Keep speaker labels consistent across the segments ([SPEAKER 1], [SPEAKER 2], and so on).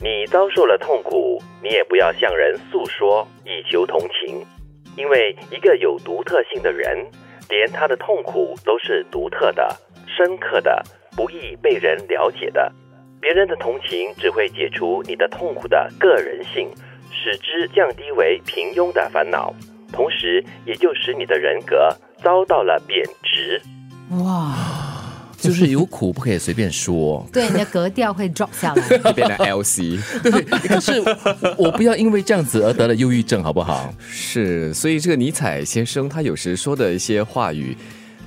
[SPEAKER 1] 你遭受了痛苦，你也不要向人诉说，以求同情，因为一个有独特性的人，连他的痛苦都是独特的、深刻的，不易被人了解的。别人的同情只会解除你的痛苦的个人性，使之降低为平庸的烦恼，同时也就使你的人格遭到了贬值。
[SPEAKER 2] 哇，。
[SPEAKER 3] 就是有苦不可以随便说
[SPEAKER 2] 对，你的格调会 drop 下来。
[SPEAKER 4] 就变成 LC。
[SPEAKER 3] 对，可是我不要因为这样子而得了忧郁症，好不好？
[SPEAKER 4] 是，所以这个尼采先生他有时说的一些话语，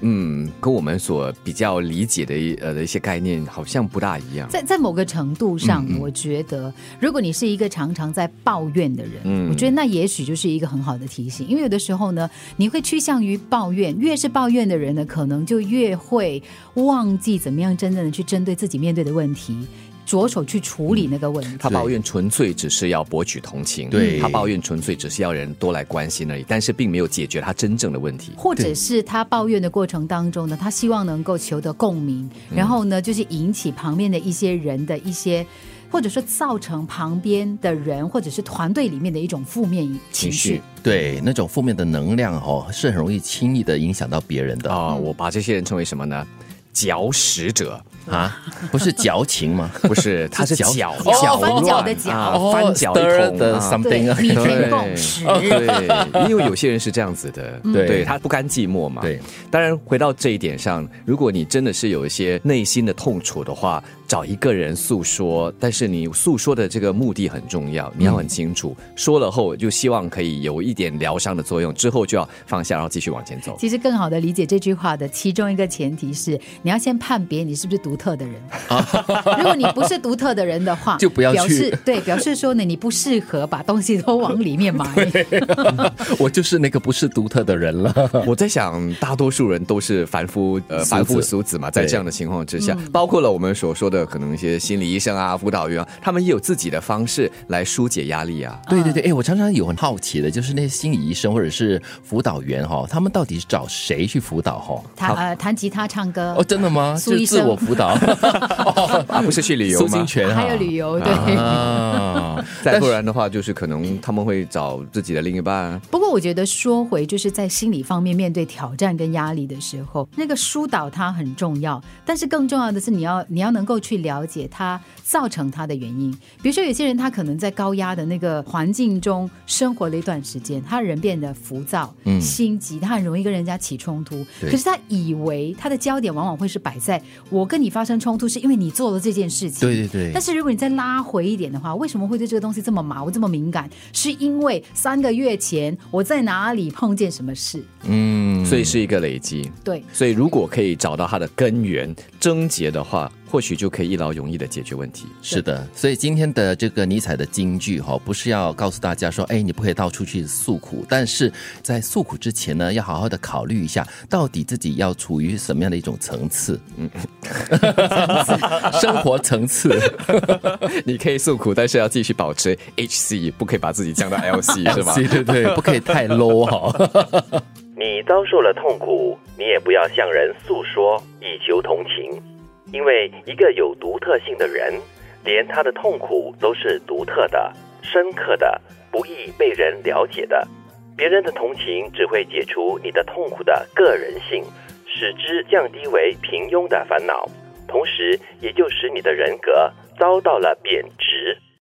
[SPEAKER 4] 嗯，跟我们所比较理解的一呃的一些概念好像不大一样。
[SPEAKER 2] 在在某个程度上，我觉得，如果你是一个常常在抱怨的人，
[SPEAKER 4] 嗯
[SPEAKER 2] 我觉得那也许就是一个很好的提醒，因为有的时候呢，你会趋向于抱怨，越是抱怨的人呢，可能就越会忘记怎么样真正的去针对自己面对的问题，着手去处理那个问题。
[SPEAKER 4] 他抱怨纯粹只是要博取同情，
[SPEAKER 3] 对
[SPEAKER 4] 他抱怨纯粹只是要人多来关心而已，但是并没有解决他真正的问题。
[SPEAKER 2] 或者是他抱怨的过程当中呢，他希望能够求得共鸣，
[SPEAKER 3] 嗯
[SPEAKER 2] 然后呢，就是引起旁边的一些人的一些，或者说造成旁边的人或者是团队里面的一种负面情绪。
[SPEAKER 3] 对，那种负面的能量哦，是很容易轻易的影响到别人的
[SPEAKER 4] 啊、我把这些人称为什么呢？嚼食者
[SPEAKER 3] 啊，不是矫情吗？
[SPEAKER 4] 不是，他是
[SPEAKER 3] 嚼
[SPEAKER 4] 搅
[SPEAKER 3] 哦
[SPEAKER 4] 搅
[SPEAKER 2] 翻
[SPEAKER 4] 乱
[SPEAKER 2] 搅的搅
[SPEAKER 4] 啊
[SPEAKER 3] 哦
[SPEAKER 4] 翻搅一
[SPEAKER 3] stir
[SPEAKER 4] 通
[SPEAKER 3] 的
[SPEAKER 4] 啊
[SPEAKER 3] some-
[SPEAKER 2] 对
[SPEAKER 3] 对，
[SPEAKER 2] 米田
[SPEAKER 4] 对
[SPEAKER 2] 共识。
[SPEAKER 4] 对，因为有些人是这样子的，
[SPEAKER 3] 对
[SPEAKER 4] 他不甘寂寞嘛。
[SPEAKER 3] 对，
[SPEAKER 4] 当然回到这一点上，如果你真的是有一些内心的痛楚的话，找一个人诉说，但是你诉说的这个目的很重要，你要很清楚，说了后就希望可以有一点疗伤的作用，之后就要放下，然后继续往前 走。
[SPEAKER 2] 其实更好的理解这句话的其中一个前提是，你要先判别你是不是独特的人。 如果你不是独特的人的话，
[SPEAKER 3] 就不要去
[SPEAKER 2] 表示对，表示说呢，你不适合把东西都往里面 埋。
[SPEAKER 3] 我就是那个不是独特的人 了。
[SPEAKER 4] 我在想，大多数人都是凡夫呃
[SPEAKER 3] 俗子
[SPEAKER 4] 凡夫俗子嘛，在
[SPEAKER 3] 对
[SPEAKER 4] 这样的情况之下，包括了我们所说的可能一些心理医生啊、辅导员啊，他们也有自己的方式来疏解压力啊。
[SPEAKER 3] 对对对，哎，我常常有很好奇的，就是那些心理医生或者是辅导员哈、他们到底找谁去辅导哈、
[SPEAKER 2] 弹呃弹吉他、唱歌
[SPEAKER 3] 哦，真的吗？
[SPEAKER 2] 苏
[SPEAKER 3] 就
[SPEAKER 2] 医
[SPEAKER 3] 自
[SPEAKER 2] 生
[SPEAKER 3] 我辅导，
[SPEAKER 4] 啊，不是去旅游
[SPEAKER 3] 苏
[SPEAKER 4] 吗
[SPEAKER 3] 金？泉哈、
[SPEAKER 2] 还有 旅游，对。
[SPEAKER 3] 啊，
[SPEAKER 4] 再不然的话，就是可能他们会找自己的另一半啊。
[SPEAKER 2] 不过我觉得说回就是在心理方面面对挑战跟压力的时候，那个疏导它很重要，但是更重要的是你要你要能够去了解它造成它的原因。比如说有些人他可能在高压的那个环境中生活了一段时间，他人变得浮躁、心急，他很容易跟人家起冲突。可是他以为他的焦点往往会是摆在我跟你发生冲突是因为你做了这件事情。
[SPEAKER 3] 对对对
[SPEAKER 2] 但是如果你再拉回一点的话，为什么会对这个东西这么毛、这么敏感？是因为三个月前我在哪里碰见什么事？
[SPEAKER 3] 嗯，
[SPEAKER 4] 所以是一个累积。
[SPEAKER 2] 对，
[SPEAKER 4] 所以如果可以找到它的根源症结的话，或许就可以一劳永逸的解决 问题。
[SPEAKER 3] 是的，所以今天的这个尼采的金句哈、不是要告诉大家说，哎，你不可以到处去诉苦，但是在诉苦之前呢，要好好的考虑一下，到底自己要处于什么样的一种层次，嗯， 生活层次
[SPEAKER 4] 你可以诉苦，但是要继续保持 HC，不可以把自己降 到 LC，是吧？
[SPEAKER 3] 对对对，不可以太 low 哈、
[SPEAKER 1] 你遭受了痛苦，你也不要向人诉说，以求同情，因为一个有独特性的人，连他的痛苦都是独特的、深刻的，不易被人了解的。别人的同情只会解除你的痛苦的个人性，使之降低为平庸的烦恼，同时也就使你的人格遭到了贬值。